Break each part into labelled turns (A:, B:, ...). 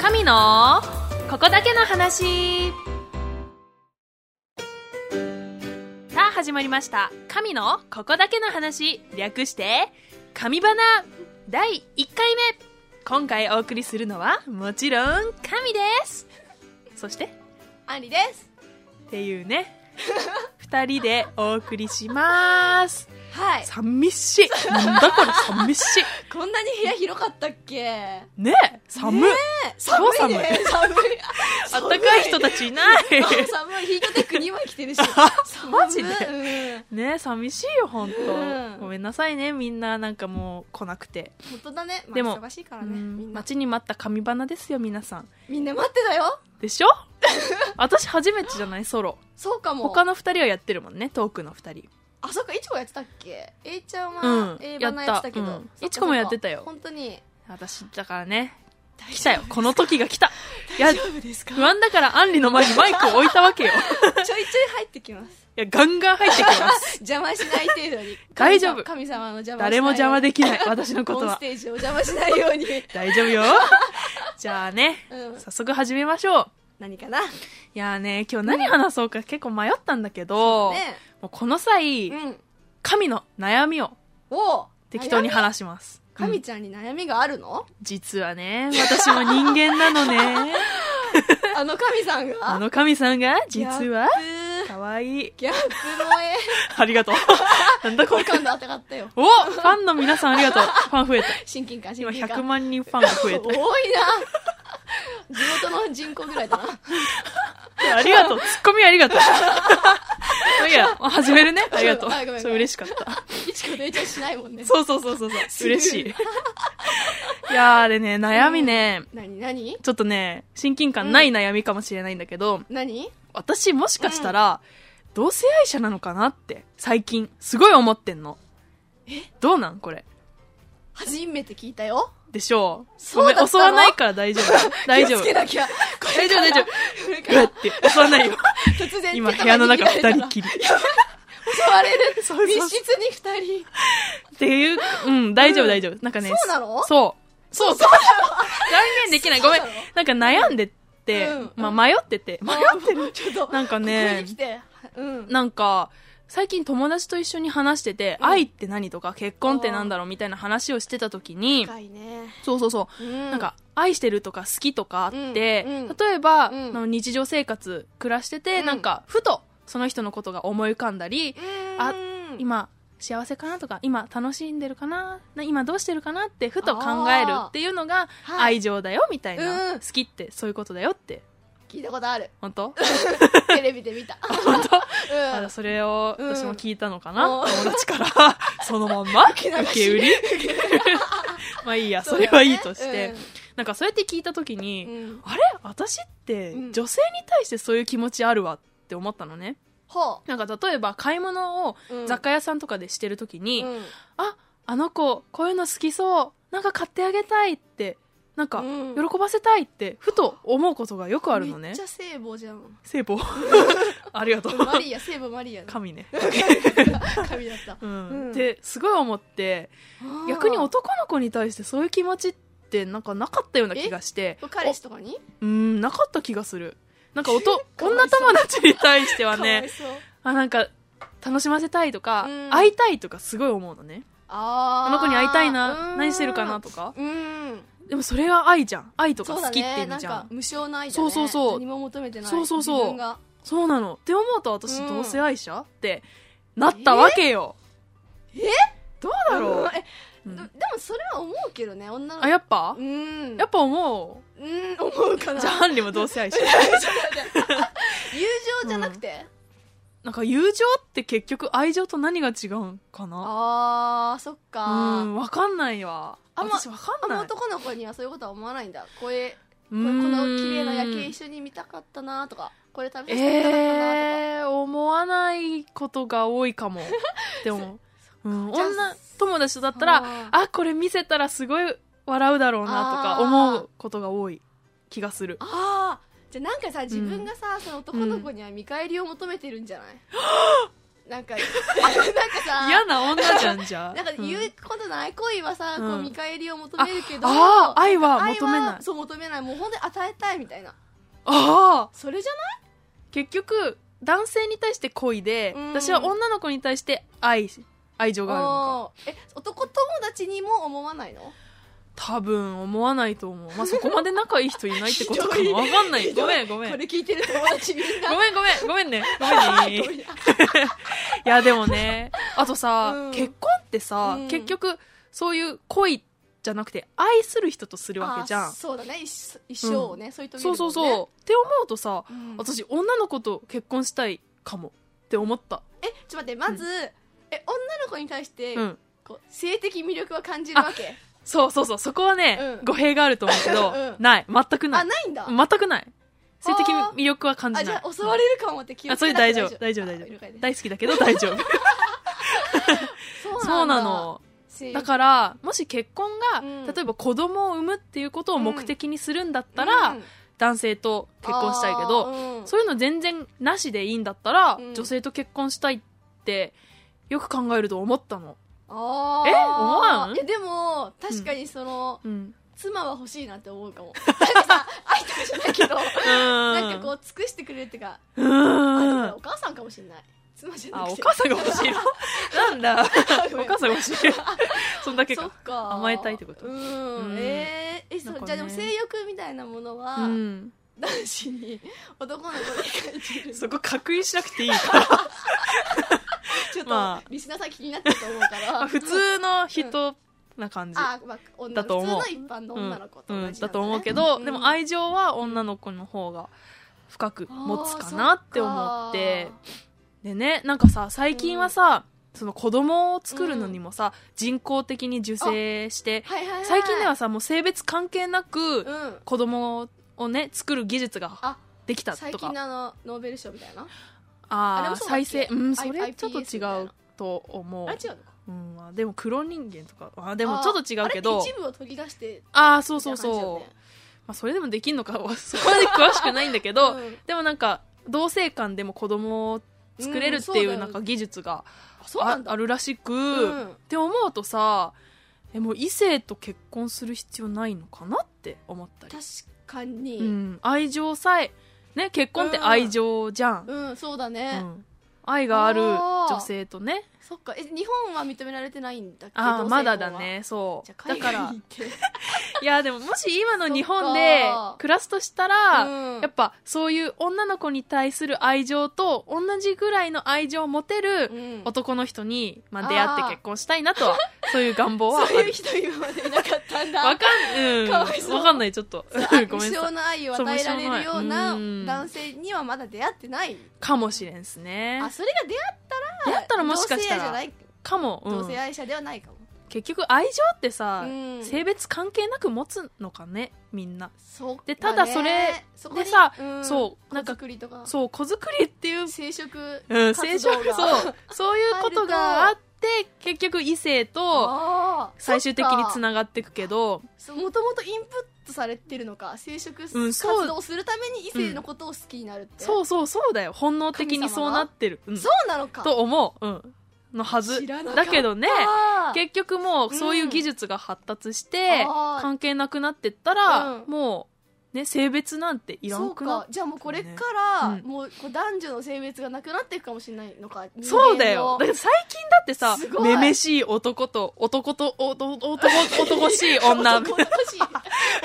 A: タミのここだけの話さあ始まりました神のここだけの話略して神バナ第1回目今回お送りするのはもちろん神ですそしてっ
B: アンリです
A: ていうね 二人でお送りします
B: はい
A: 寂しいなんだこれ寂し
B: こんなに部屋広かったっけ
A: いねえ寒い、
B: 寒
A: 超
B: い
A: 寒い
B: ね 寒い
A: あったかい人たちいない
B: 寒い あ寒いヒートテック2枚着て るし寒い
A: マジで
B: うん
A: ね寂しいよ本当、
B: うん
A: ごめんなさいねみんななんかもう来なくて、
B: 本当だね、まあ、
A: でも
B: 忙しいから
A: う
B: ねみ
A: ん
B: んな
A: 待ちに待った神花ですよ皆さん
B: みんな待ってたよ
A: でしょ 私初めてじゃないソロ
B: そうかも
A: 他の2人はやってるもんねトークの2人
B: あそっかいちこやってたっけ A ちゃん
A: う
B: は
A: ん
B: A バナやってたけど、
A: やった
B: そっか
A: うんいちこもやってたよ
B: そっか本当に
A: 私だからね来たよこの時が来たいや
B: 大丈夫ですかち
A: 不
B: ょ
A: 安だからアンリの前にマイクを置いたわけよい
B: いちょい入ってきます
A: やガンガン入ってきます
B: 邪魔しない程度に
A: 大丈夫
B: 神様の邪魔
A: 誰も邪魔
B: き
A: できない私のこと
B: オンス
A: は
B: テージを邪魔しないように、
A: 大丈夫よじゃあね
B: うん、
A: 早速始めましょう
B: 何かない
A: やーね今日何話そうか結構迷ったんだけど、
B: ね
A: もうこの際、
B: うん
A: 神の悩みを
B: おう
A: 適当に話します。う
B: 悩み
A: ん
B: 神ちゃんに悩みがある の
A: 実はね、私も人間なのね。
B: あの神さん
A: あ
B: が
A: の神さんが、実は、
B: ギャップ
A: かわいい。
B: ギャップ 萌え
A: ありがとう。なんだこ
B: 好
A: れ。
B: 感度当たったよ
A: おファンの皆さんありがとう。ファン増えた。
B: 親近感
A: 今
B: 親近
A: 100
B: 感
A: 万人ファンが増え
B: 多いな地元の人口ぐらいだな
A: た。ありがとう。ツッコミありがと う。いや、もう始めるね。ありがとう。
B: あごめんごめん
A: そう嬉しかった。
B: いちことえちゃんしないもんね
A: そうそうそうそうそう。 嬉しい。いやーでね、悩みね、
B: 何何
A: ちょっとね、親近感ない悩みかもしれないんだけど、
B: 何
A: 私もしかしたら、同性愛者なのかなって最近すごい思ってんのえどうなんこれ
B: 初めて聞いたよ
A: でしょう
B: そうだったの
A: 襲わないから大丈夫 大丈
B: 気を
A: 夫
B: つけなきゃ
A: 大丈夫大丈夫
B: これか
A: うわっ
B: ら
A: て襲わ ないよ
B: 突然
A: 今
B: 手と
A: 部
B: か
A: 屋の中
B: 握られた
A: 二
B: ら
A: 人きり
B: 襲われる
A: そうそう
B: 密室に二人
A: っていううん大丈夫大丈夫なんかね
B: そうなの
A: そうそうそう断言できないごめん
B: そうなの
A: なんか悩んでって、
B: うん
A: まあ迷ってて迷ってる
B: ちょっと
A: なんか
B: ここ
A: ね
B: に来てうん
A: なんか、最近友達と一緒に話してて、
B: うん
A: 愛って何とか結婚ってなんだろうみたいな話をしてた時に、
B: 深いね
A: そうそうそう、
B: な
A: なんか、愛してるとか好きとかあって、
B: うんうん
A: 例えば、
B: うん
A: まあ日常生活暮らしてて、
B: うん
A: なんか、ふと、その人のことが思い浮かんだり、あ
B: あ
A: 今、幸せかなとか、今楽しんでるかなな今どうしてるかなって、ふと考えるっていうのが、
B: はい
A: 愛情だよみたいな、
B: うん
A: 好きってそういうことだよって、
B: 聞いたこと ある
A: 本当
B: テレビで見た
A: 本当
B: う
A: あ
B: ん
A: それを私も聞いたのかな、
B: うん
A: 友達から そのまんま受
B: け流し
A: け売り まあいいやそうれ
B: だね
A: はいいとして、なんかそうやって聞いた時に、
B: うんうん
A: あれ私って
B: うん
A: 女性に対してそういう気持ちあるわって思ったのね
B: ほ
A: なんか例えば買い物を
B: ううん
A: 雑貨屋さんとかでしてる時に、
B: うん
A: ああの子こういうの好きそうなんか買ってあげたいってなんか
B: うん
A: 喜ばせたいってふと思うことがよくあるの
B: め
A: ね
B: っちゃ聖母じゃん
A: 聖 母ありが とう
B: マリア聖母マリアだ
A: 神ね
B: 神だった
A: うん
B: うん
A: ってすごい思って 逆に男の子に対してそういう気持ちってなんかなかったような気がして
B: あー彼氏とかに
A: おうんなかった気がするなんかおと
B: かわいそう
A: 女友達に対しては
B: かわい
A: ね
B: そう
A: あなんか楽しませたいとか、
B: うん
A: 会いたいとかすごい思うのね
B: あ
A: あ
B: ー
A: の子に会いたいな
B: うん
A: 何してるかなとか
B: うん
A: でもそれは愛じゃん愛とか
B: そう
A: 好
B: だ
A: きって意
B: ね
A: 味
B: なん
A: じゃ
B: か
A: ん
B: 無償の愛だね
A: そうそうそう
B: 何も求めてない
A: そうそうそう
B: 自分が
A: そうなのって思うと私
B: うん
A: 同性愛者、ってなったわけよ
B: え
A: どうだろう
B: うん、え
A: うん
B: ででもそれは思うけどね女の子
A: あやっぱ
B: うん
A: やっぱ思う
B: うん思うかな
A: じゃあアンリも同性愛 者
B: 友情じゃなくて、
A: なんか友情って結局愛情と何が違うんかな
B: あーそっか、
A: うん、わかんないわ。
B: あんま
A: 私わか
B: あ
A: ん
B: んま
A: ない。
B: 男の子にはそういうことは思わないんだこれ
A: こ
B: これこの綺麗な夜景一緒に見たかったなとかこれ食べさせてみたかったなとか、
A: えー、思わないことが多い かも。でも、うん、
B: じゃあ
A: 女友達とだったら、
B: あー
A: あ、これ見せたらすごい笑うだろうなとか
B: あー
A: 思うことが多い気がする。
B: あーじゃあなんかさ自分がさ、その男の子には見返りを求めてるんじゃない、なんか なんかさ
A: 嫌な女じゃんじゃあ
B: なんか言うことない恋はさ、
A: うん
B: こう見返りを求めるけど
A: ああ愛は求めない
B: 愛はそう求めないもう本当に与えたいみたいな
A: ああ
B: それじゃない
A: 結局男性に対して恋で、
B: うん
A: 私は女の子に対して愛愛情があるのか
B: おーえ男友達にも思わないの
A: 多分思わないと思う、まあ、そこまで仲いい人いないってことか
B: ひど
A: ない分かんないごめんごめんごめ
B: これ
A: ん
B: 聞いてる友達みんな
A: ごめんごめ んねごめんねいやでも ねあとさ、
B: うん
A: 結婚ってさ、
B: うん
A: 結局そういう恋じゃなくて愛する人とするわけじゃ
B: あ
A: ん
B: そうだね一生一生をね、そういう人
A: そうそうそう、って思うとさ、
B: う、うん、
A: 私女の子と結婚したいかもって思った
B: えちょっと待ってまず、え女の子に対して、
A: うん
B: こう性的魅力は感じるわけ
A: そうそうそうそこはね、
B: うん
A: 語弊があると思うけど、
B: うん
A: ない全く
B: あ
A: ない
B: ないんだ、
A: 全くない性的魅力は感じな
B: あ
A: い
B: じゃあ襲われるかもって気を
A: あ
B: つ
A: それ
B: けなきゃ
A: 大丈夫大丈夫大丈
B: あ了解
A: 夫
B: です
A: 大好きだけど大丈夫そうなのだ
B: ら
A: からもし結婚が、
B: うん
A: 例えば子供を産むっていうことを目的にするんだったら、男性と結婚したいけど、そういうの全然なしでいいんだったら、
B: うん
A: 女性と結婚したいってよく考えると思ったの、
B: あー
A: え思わん
B: えでも確かにその、
A: うん、
B: 妻は欲しいなって思うかもなんかさ愛とかじゃないけど
A: な
B: なんかこう尽くしてくれるっていうか、
A: う、うん、
B: あでも
A: あ
B: お母さんかもしれない妻じゃなくて
A: お母さんが欲しい のなんだ
B: ご
A: お
B: めん
A: 母さんが欲しい そんだけ
B: そっ
A: か
B: か
A: 甘えたいってこと
B: うん、
A: うん
B: えーえそう
A: なんかね
B: じゃあでも性欲みたいなものは、
A: うん、
B: 男子に男の子に感じ る
A: そこ確認しなくていいから
B: ちょっと、
A: ま
B: リスナーさん気になってると思うから
A: 普通の人な感じ、
B: あ、まあ、女の
A: だと思う
B: 普通の一般の女の子
A: う
B: と同じ
A: ん
B: なんね
A: だと思うけど、
B: ん
A: でも愛情は女の子の方が深く持つかなって思ってでねなんかさ最近はさ、その子供を作るのにもさ、人工的に受精して
B: あーはいはいはい、
A: 最近ではさもう性別関係なく
B: うん
A: 子供をね作る技術が
B: あ
A: できた
B: 最
A: と
B: 近
A: か
B: のあのノーベル賞みたいな
A: あ
B: あれも
A: あ
B: そうだっ
A: 再
B: け
A: 生うん
B: I-
A: それちょっと
B: IPS みた
A: 違
B: いうな
A: と思う
B: あれ違うのか
A: うんまあ、でも黒人間とかあで
B: で
A: もちょっと違うけど
B: 一部を取り出して
A: ああそうそうそう、まあ、それでもできんのかは そこまで詳しくないんだけど、
B: うん
A: でもなんか同性間でも子供を作れるっていう
B: うんそうだよ
A: なんか技術が
B: あそうな
A: あ
B: んだ
A: あるらしく、
B: うん
A: って思うとさえもう異性と結婚する必要ないのかなって思ったり
B: 確、かに
A: う、ん、愛情さえね結婚って愛情じゃん、
B: うん、そうだ
A: う
B: ね、
A: ん愛がある女性とね
B: そっかえ日本は認められてないんだっけ
A: ああ
B: 同性婚は
A: まだだねそう
B: じゃあ
A: だ
B: 海外
A: から
B: に行って
A: いやでももし今の日本
B: そ
A: で
B: っか
A: 暮らすとしたら、
B: うん
A: やっぱそういう女の子に対する愛情と同じぐらいの愛情を持てる
B: うん
A: 男の人に、まあ、
B: あー
A: 出会って結婚したいなとはそういう願望はあ
B: そういう
A: る
B: 人今までいなかったん だ
A: わかんうん
B: かわいそう
A: わかんないちょっと ご
B: 無
A: めんなさ
B: 償
A: い
B: の愛を与えられるような
A: そう無償の愛うん
B: 男性にはまだ出会ってない、
A: かもしれんっすね
B: あそれが出会った
A: 出
B: ら
A: 会ったらもしかしたら
B: 同性愛じゃない、
A: かも、うん
B: 同性愛者ではないかも、
A: 結局愛情ってさ、
B: うん
A: 性別関係なく持つのかねみんな、
B: そうかね
A: でただそれ
B: そこに
A: でさ
B: うん、
A: そうなんか
B: 子作りとか
A: そう子作りっていう
B: 生殖
A: うん、
B: 活動が
A: 生殖そうそういうことがあって結局異性と
B: あー
A: 最終的につ
B: そっか
A: ながっていくけど
B: そうもともとインプットされてるのか生殖
A: うんそう
B: 活動をするために異性のことを好きになるって、
A: そううそうそうだよ本能的にそうなってる、うん
B: そうなのか
A: と思う、うん、のはず
B: 知らなかった
A: だけどね
B: あー
A: 結局もうそういう技術が発達して
B: あー
A: 関係なくなってったら、
B: うん
A: もう、ね、性別なんていらんく
B: そ
A: な
B: うかじゃあもうこれか
A: ね
B: ら、
A: うん
B: もうこう男女の性別がなくなっていくかもしれないのか
A: そうだよ。だけ
B: 人間の
A: ど最近だってさ
B: す、ごい
A: めめしい男と、男と、おと男、男しい女、
B: 男男しい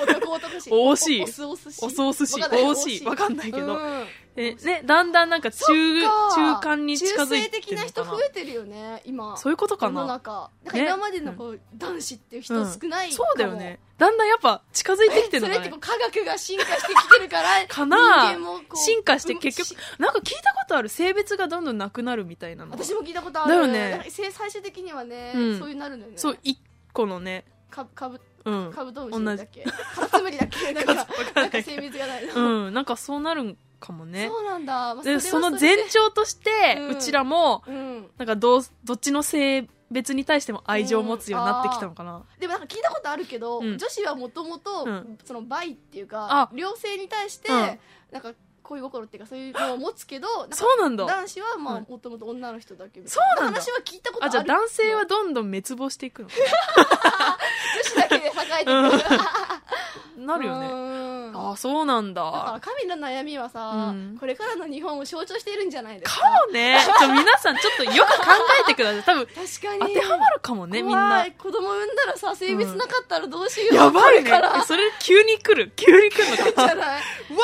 B: 男 男しい
A: おおしい
B: おすおすし
A: おソースし、
B: わかんない
A: おしい。わかんないけ
B: う
A: ど。
B: ん
A: でね、だんだんなんか中、
B: そっか
A: 中間に近づいて
B: 中性的
A: る
B: な
A: の
B: 人
A: か
B: 増
A: な。
B: えてるよね今
A: そういうことか
B: 世の
A: な。
B: 中なんか
A: ね
B: 今までのこう、男子っていう人
A: うん
B: 少ないか
A: そ
B: も、
A: うだよね。だんだんやっぱ近づいてきてる
B: そ
A: の
B: れ
A: か
B: って
A: ね
B: こう。科学が進化してきてるから
A: かな
B: 人間もこう
A: 進化して結
B: うん
A: 局
B: し、
A: なんか聞いたことある性別がどんどんなくなるみたいなの。
B: 私も聞いたことある
A: だよね
B: なんかせ最終的にはね、
A: うん
B: そういうなるんだよね
A: そう、一個のね、
B: かかぶ
A: うん。
B: カブトムシだっけカタツムリだっ けなん
A: わ
B: か
A: か
B: なんん
A: な
B: か
A: い
B: 性別がないの、
A: うん、なんかそうなるんかもね。
B: そうなんだ、まあ
A: で
B: れ
A: そ
B: は
A: の
B: れ
A: 前
B: で
A: 兆として、
B: うん
A: うちらも
B: うん
A: なんかどうどっちの性別に対しても愛情を持つようになってきたのかな、
B: でもなんか聞いたことあるけど、
A: うん
B: 女子はもともと
A: うん
B: そのバイっていう
A: あ
B: か両性に対して
A: うん
B: なんか恋心っていうかそういうのを持つけどなんか
A: そうなんだ
B: 男子はま
A: はい
B: あもともと女の人だけみたい
A: そうなんだ
B: 話は聞いたことあ
A: あ
B: る
A: じゃあ男性はどんどん滅亡していくの
B: 女子だけで栄えてくる
A: なるよね
B: ね
A: ああそうなんだ
B: だから神の悩みはさ、
A: うん
B: これからの日本を象徴しているんじゃないですか
A: かもねちょ皆さんちょっとよく考えてください多分
B: 確
A: 当
B: かに
A: てはまるかもねみんな
B: 怖い子供産んだらさ性別なかったらどうしよう、
A: やばい
B: これ
A: ね
B: から
A: それ急に来る急に来るの
B: じゃ
A: か
B: ない
A: なうわ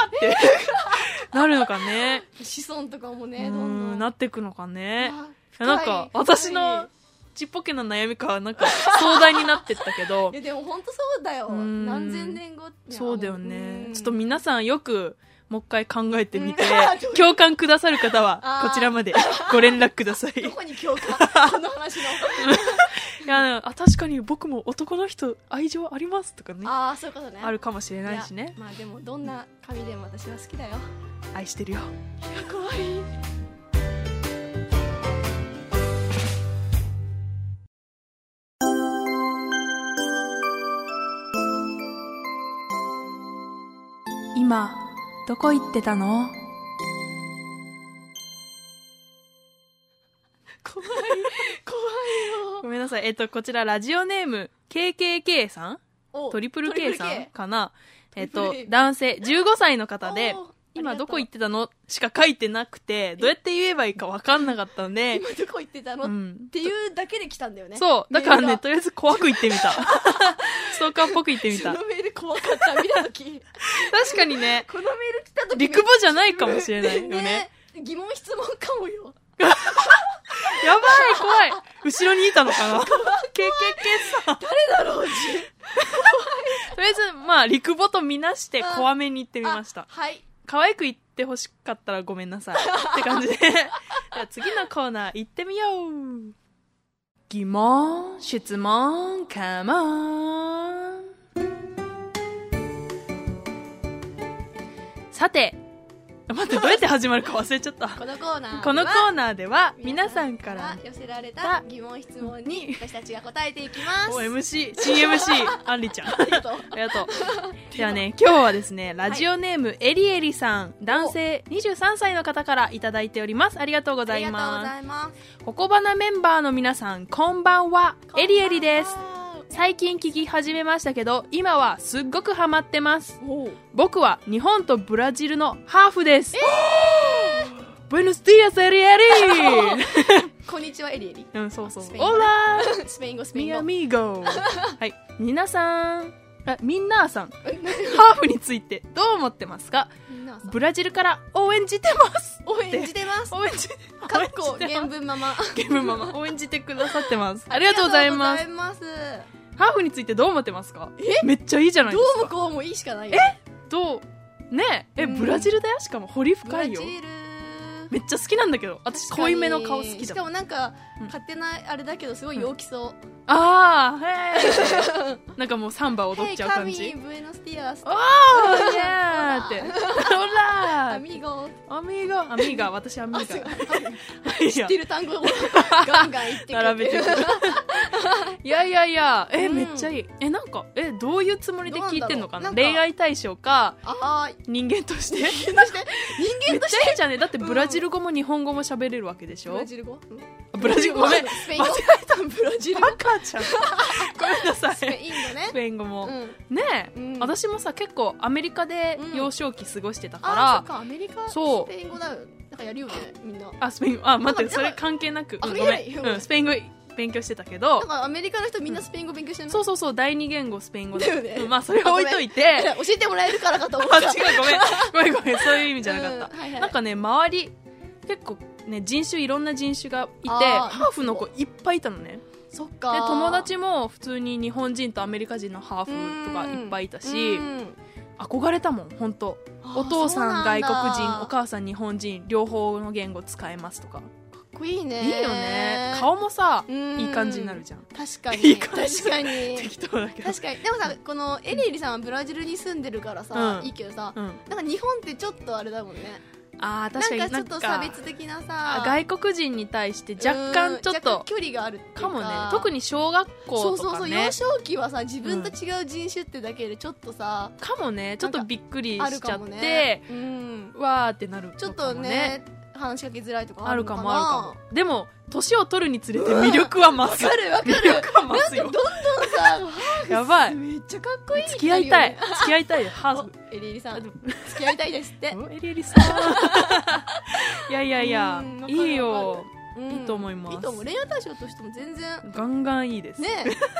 A: ってなるのかね
B: 子孫とかも
A: う
B: ねどんど
A: ん
B: ん
A: なってくのかね
B: あ深い
A: なんか
B: 深い
A: 私のちっぽけな悩みからなんか壮大になってったけど
B: いやでも本当そうだよ
A: うん
B: 何千年後って
A: そうだよね
B: うん
A: ちょっと皆さんよくもう一回考えてみて
B: うん あどうい う
A: 共感くださる方は
B: あー
A: こちらまでご連絡くださ い
B: どこに 共感この話の
A: いやあ確かに僕も男の人愛情ありますとかね
B: ああそういうことね
A: あるかもしれ
B: いや
A: ないしね
B: まあでもどんな神でも私は好きだよ
A: 愛してるよ
B: 怖い
A: 今どこ行ってたの
B: 怖い怖い
A: ご
B: よ
A: めんなさいえっとこちらラジオネーム KKK さん
B: お
A: トリプル K さんかなえっと
B: トリプル K
A: 男性15歳の方で
B: おーあ
A: 今
B: り
A: ど
B: がとう
A: こ行ってたのしか書いてなくてどうやって言えばいいか分かんなかったんで、
B: 今どこ行ってたの、
A: う
B: っ
A: ん、
B: ていうだけで来たんだよね
A: そうだから
B: メー
A: ね
B: ルが
A: とりあえず怖く言ってみ たストーカーっぽく言ってみた
B: そのメール怖かった見た 時
A: 確かにね
B: このメール来た時
A: 陸母じゃないかもしれないよね
B: 疑問質問かもよ
A: やばい怖い後ろにいたのかな KKK さんと
B: 誰だろう じ
A: りあえずまあ陸母と見なして怖めに言ってみました
B: あはい
A: 可愛く言ってほしかったらごめんなさいって感じでじ ゃあ次のコーナー行ってみよう疑問質問カモンさてあ待ってどうやって始まるか忘れちゃった
B: このコーナーは
A: このコーナーでは皆さんから
B: 寄せられた疑問質 問に私たちが答えていきます
A: お MCCMC あんりちゃん
B: ありがとう
A: あり がとう。ではね、今日はですね、ラジオネーム、エリエリさん、男性23歳の方からいただいております。ありがとうござ
B: あり
A: い
B: がとうご
A: ま
B: ざいます
A: す。ここばなメンバーの皆さん、こんばんは。エリエリです。最近聞き始めましたけど、今はすっごくハマってます。
B: おう
A: 僕は日本とブラジルのハーフです。ブエノスディアスエリエ リ
B: こんにちはエリエリ
A: うん、そうそう
B: ス。ペイン語
A: オラ
B: スペイン語スペイン
A: ミ
B: 語
A: アミー ゴはい、皆さん、あ、みんなー さん。
B: み
A: ハーフについてどう思ってますか
B: んなさん
A: ブラジルから応援してます
B: 応援して ます
A: 応援じ
B: かっこ
A: 応援して
B: 原
A: ます
B: 文まま
A: ゲームママ応援してくださってます ありがとうございます
B: ありがとうござい
A: ハ
B: ま
A: ーフについてどう思ってますかめっちゃいいじゃな
B: す
A: い
B: ど
A: です
B: うも
A: か
B: こうもいいしかないよ
A: どうねええ、
B: うん
A: ブラジルだよしかも掘り
B: ブ
A: 深
B: ラ
A: い
B: ジ
A: よ
B: ル
A: めっちゃ好きなんだけど私濃いめの顔好き
B: し
A: だ
B: かもなんか
A: うん
B: 勝手なあれだけどすごい陽気そう
A: ああへえ なんかもうサンバ踊
B: ヘ
A: っ
B: イ
A: ちゃう感
B: 神
A: じ
B: ブエノスティアス
A: おーイエーってほら
B: アミゴ
A: アミーガアミーガ私アミ
B: あ
A: ー
B: すごい
A: ガ
B: 知ってる 単語をガンガン言ってくれ
A: 並べてるいやいやいやえ、
B: うん
A: めっちゃいいえなんかえどういうつもりで聞いてんのかな
B: どうなんだろうなんか
A: 恋愛対象か
B: ああ
A: 人間として
B: 人間として
A: めっ
B: 人間と
A: ち
B: し
A: ゃいいじゃんねだって
B: うん
A: ブラジル語も日本語も喋れるわけでしてょ
B: ブラジル語
A: あブラジル語ごめん
B: スペイン
A: 間
B: 語
A: 違えたブラジルバカ じゃんごめんなさい
B: スペイン語
A: ス
B: ね
A: ペイン語も、
B: うん
A: ねえ、
B: うん
A: 私もさ結構アメリカで
B: うん
A: 幼少期過ごしてたか
B: あ
A: ら
B: そっ、かアメリカ
A: そう
B: スペイン語だよなんかやるよねみんな
A: あスペインあ待っ
B: なん
A: て
B: か
A: それ関係なく、
B: あ
A: うんご
B: 関係
A: め
B: ない
A: ん、うん、スペイン語勉強してたけど
B: なんかアメリカの人みんなスペイン語勉強してるの
A: そうそうそう第二言語スペイン語で
B: だよね
A: うんまあそれは置いといて
B: いや 教えてもらえるからかと思っ
A: あ
B: た
A: 違うごめんごめんごめんそういう意味じゃなかった、
B: うんはいはい
A: なんかね周り結構ね人種いろんな人種がいて
B: あー
A: ハーフの子いっぱいいたのね
B: そっ
A: で
B: か
A: 友達も普通に日本人とアメリカ人のハーフとかいっぱいいたし
B: うん
A: 憧れたもん本当
B: あ
A: お父さん外国
B: そうなん
A: 人
B: だ
A: お母さん日本人両方の言語使えますとか
B: かっこいいね
A: いいよね顔もさ
B: うん
A: いい感じになるじゃん
B: 確かに
A: いい感じ
B: 確かに
A: 適当だけど
B: 確かにでもさこのエリエリさんはブラジルに住んでるからさ、
A: うん
B: いいけどさ
A: うん
B: なんか日本ってちょっとあれだもんね
A: あー
B: な
A: 確かに
B: んかちょっと差別
A: なんか
B: 的な
A: あ
B: さ
A: 外国人に対して若干ちょっ
B: うん
A: と
B: 若干距離があるっていうか
A: かもね特に小学
B: そ
A: 校と
B: うそう
A: か
B: そう
A: ね
B: 幼少期はさ自分と違う人種ってだけでちょっとさ、
A: かもねちょっとびっくり
B: あ
A: し
B: る
A: ちゃ
B: か
A: っ
B: も
A: て、
B: ね、うん、
A: わーってなるの
B: ちょっ
A: か
B: と
A: も
B: ね話しかけづらいとか
A: あ
B: あ
A: る
B: る
A: か
B: か
A: も
B: も
A: あるかもでも年を取るにつれて魅力は増す
B: わかるわかる
A: 魅力は増すよ
B: さ
A: やばい
B: めっちゃかっこいい
A: 付き合いたい 付き合いたいハーフ
B: おエリエリさ
A: あ
B: ん
A: でも
B: 付き合いたいで すって
A: おエリエリさん いやいやいや
B: うんわかる
A: いいよ
B: うん
A: いいと思います
B: いいと思う恋愛対象としても全然
A: ガンガンいいです、
B: ね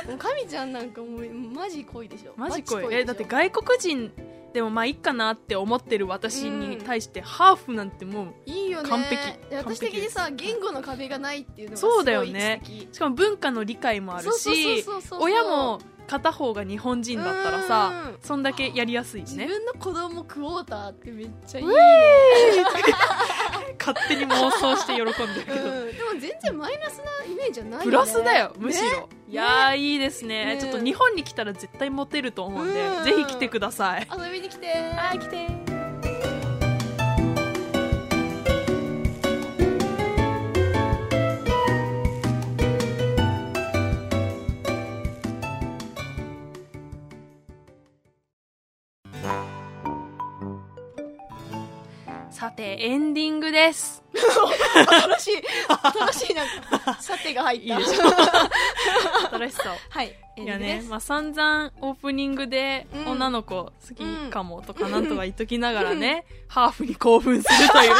B: えもう神ちゃんなんかもうマジ恋でしょ
A: マジ
B: でしょ
A: 恋えだって外国人でもまあいいかなって思ってる私に対してハーフなんても
B: いいよね
A: 完璧
B: で
A: 完
B: 私
A: 璧
B: 的
A: で
B: に
A: す
B: さ言語の壁がないっていうのがす
A: そ
B: ご
A: う
B: い
A: だよね
B: 素敵
A: うしかも文化の理解もある
B: そうそう
A: し
B: そうそうそう
A: 親も片方が日本人だったらさ
B: うん
A: そんだけやりやすいし
B: 自
A: ね
B: 分の子供クォーターってめっちゃいい、
A: 勝手に妄想して喜んでるけど、
B: うんでも全然マイナスなイメージじゃないよね
A: プラスだよむしろ、いやーいいですね
B: ね
A: ちょっと日本に来たら絶対モテると思うんで、
B: うん
A: ぜひ来てください
B: 遊びに来て
A: はい来てさてエンディングです
B: 新しい新しいなんかさてが入った
A: いいでし新しさを
B: はいエン
A: い
B: ディ
A: や
B: ングで
A: ね
B: す、
A: まあ、散々オープニングで
B: うん
A: 女の子好きかもとかなんとか言っときながらね、ハーフに興奮するという ね、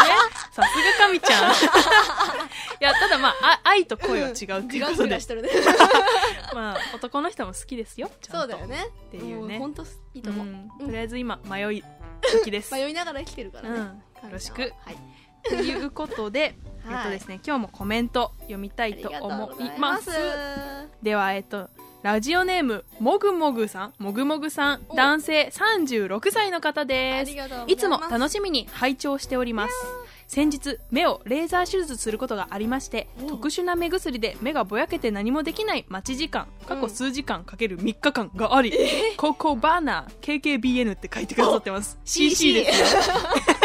A: さすが神ちゃん。いや、ただまあ、あ愛と恋は違うっていうこ
B: グラ
A: と
B: グ
A: で
B: ラし、てるね
A: まあ、男の人も好きですよ、ちゃんと。
B: そうだよね
A: ていうね
B: も本当いいと思う、
A: うんとりあえず今、迷い時です。
B: 迷いながら生きてるからね、
A: うんよろしくということで、
B: はい
A: えっとですね、今日もコメント読みた
B: あ
A: い
B: り
A: と
B: がとう
A: 思
B: ござ
A: い
B: い
A: ま
B: ます
A: す。では、えっと、ラジオネーム、もぐもぐさん、もぐもぐさん、
B: お
A: 男性36歳の方
B: あ
A: です
B: り。がとうございます
A: いつも楽しみに拝聴しております。先日、目をレーザー手術することがありまして、
B: お
A: 特殊な目薬で目がぼやけて何もできない待ち時間、過去数時間かける3日間があり、ココバナー、KKBN って書いてくださってます。CC ですよ。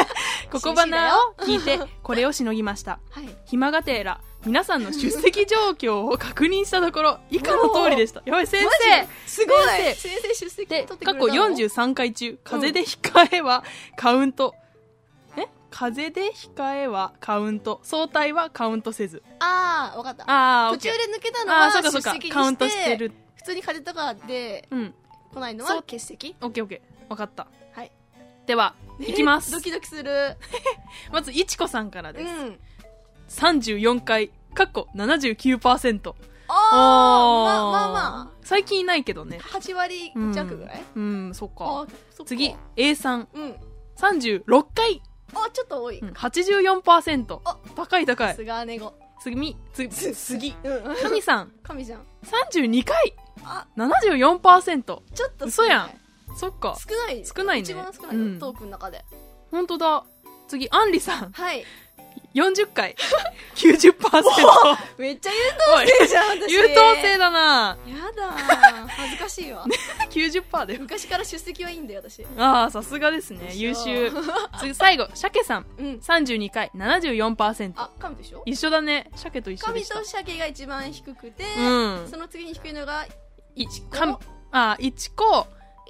A: ココバナーを聞いて、これをしのぎました。
B: はい
A: 暇がてら皆さんの出席状況を確認したところ以下の通りでしたやばい先生
B: すごい
A: 先
B: 先生出席取
A: で
B: ってくれ
A: 過
B: た
A: 去
B: の
A: 43回中風邪で控えはカウント、え風邪で控えはカウント相対はカウントせず
B: ああわかった
A: あー
B: 途中で抜けたの
A: あー
B: は
A: そうかそ
B: 出
A: うか
B: 席にして
A: カウントしてる
B: 普通に風邪とかで
A: うん
B: 来ないの
A: そう
B: は欠席
A: オッケーオッケー分かった
B: はい
A: では
B: ね
A: いきます
B: ドキドキする
A: まずいちこさんから
B: う
A: です、
B: ん
A: 34回かっこ79%
B: あ
A: お
B: あまあまあま
A: あ最近いないけどね
B: あ8割
A: うん
B: 弱ぐらい
A: うんそっか
B: あそっか
A: 次 A さん
B: うん
A: 36回
B: あちょっと多い
A: うん84%
B: あ
A: 高い高い
B: 菅姉子
A: 次次次次
B: うん
A: 神さん
B: 神じゃん
A: 32回
B: あ
A: 74%
B: ちょっと
A: 嘘
B: 少ない
A: やんそっか
B: 少ない
A: 少ないね
B: 一番少な
A: うん
B: いトークの中で
A: 本当だ次アンリ さん
B: はい
A: 40回90%
B: めっちゃ優
A: おい
B: 等生じゃん私
A: 優等生だな
B: やだー恥ずかし いわ
A: 90%だよ
B: 昔から出席はいいんだよ私
A: ああさすがですね優
B: 優
A: 秀
B: 秀
A: 次最後鮭さん
B: うん
A: 32回74%
B: あ神でしょ
A: 一緒だね鮭と一緒で
B: 神
A: した
B: と鮭が一番低くて
A: うん
B: その次に低いのが
A: いかあいちこ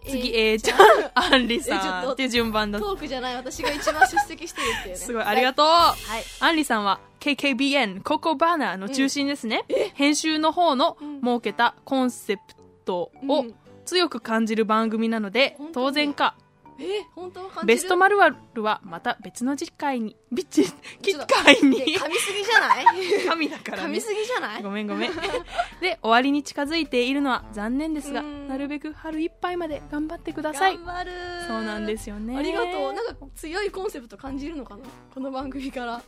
A: 次 A ちゃんアンリさんっていう順 番だ
B: トークじゃない私が一番出席してるっていうね
A: すごい、ありがとう。
B: はい
A: アンリさんは KKBN ココバーナーの中心ですね。編集の方の
B: うん
A: 設けたコンセプト
B: う
A: を
B: ん
A: 強く感じる番組なので、
B: 本当に
A: 当然か。
B: え本当は感じる
A: ベストマルワルはまた別の次回 に、ビッチ、機
B: ちょっと
A: 会
B: え
A: に、
B: 噛みすぎじゃない
A: 神だから
B: 噛
A: ね
B: み。すぎじゃない
A: ごめんごめん。で、終わりに近づいているのは残念ですが、
B: うん
A: なるべく春いっぱいまで頑張ってください
B: 頑。張る
A: そうなんですすよね。
B: ありがとうなんか強いコンセプト感じるのかなこの番組から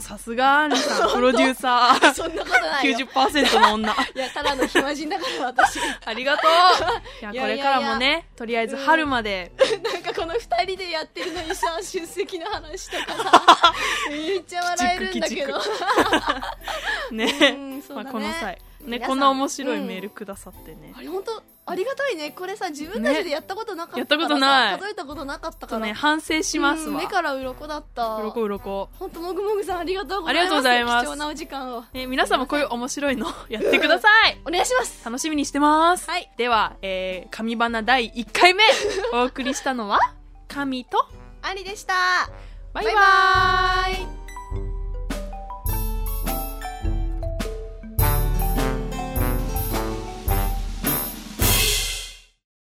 A: さすがアンリ さん、プロデューサー。
B: そんなことないよ
A: 90%の女。
B: いやただの暇人だから私
A: ありがとう。いや、これからも
B: いや
A: ね、とりあえず春まで、
B: なんかこの二人でやってるのにさ出席の話と かさめっちゃ笑えるんだけど
A: ね
B: うん、そう
A: ま
B: だ
A: あ
B: ね
A: この際、ね、
B: 皆さん
A: こんな面白いメールくださってね、
B: あれ本当ありがたいねこれさ自分たちでやったことなか
A: ねや
B: ったからさ、
A: ったことない
B: 数えたことなかった
A: ちょっと
B: から
A: ね反省します
B: うん
A: わ
B: 目から鱗だった
A: うろこうろこ
B: 本当もぐもぐさんありがとうござい
A: あり
B: ます
A: がとうございます
B: 貴重なお時間を
A: ね、皆さんもこういう面白いのやってください
B: お願いします
A: 楽しみにしてます、
B: はい
A: では、えー、神花第1回目お送りしたのは神と
B: ありでした
A: バイバイ
B: バイバーイ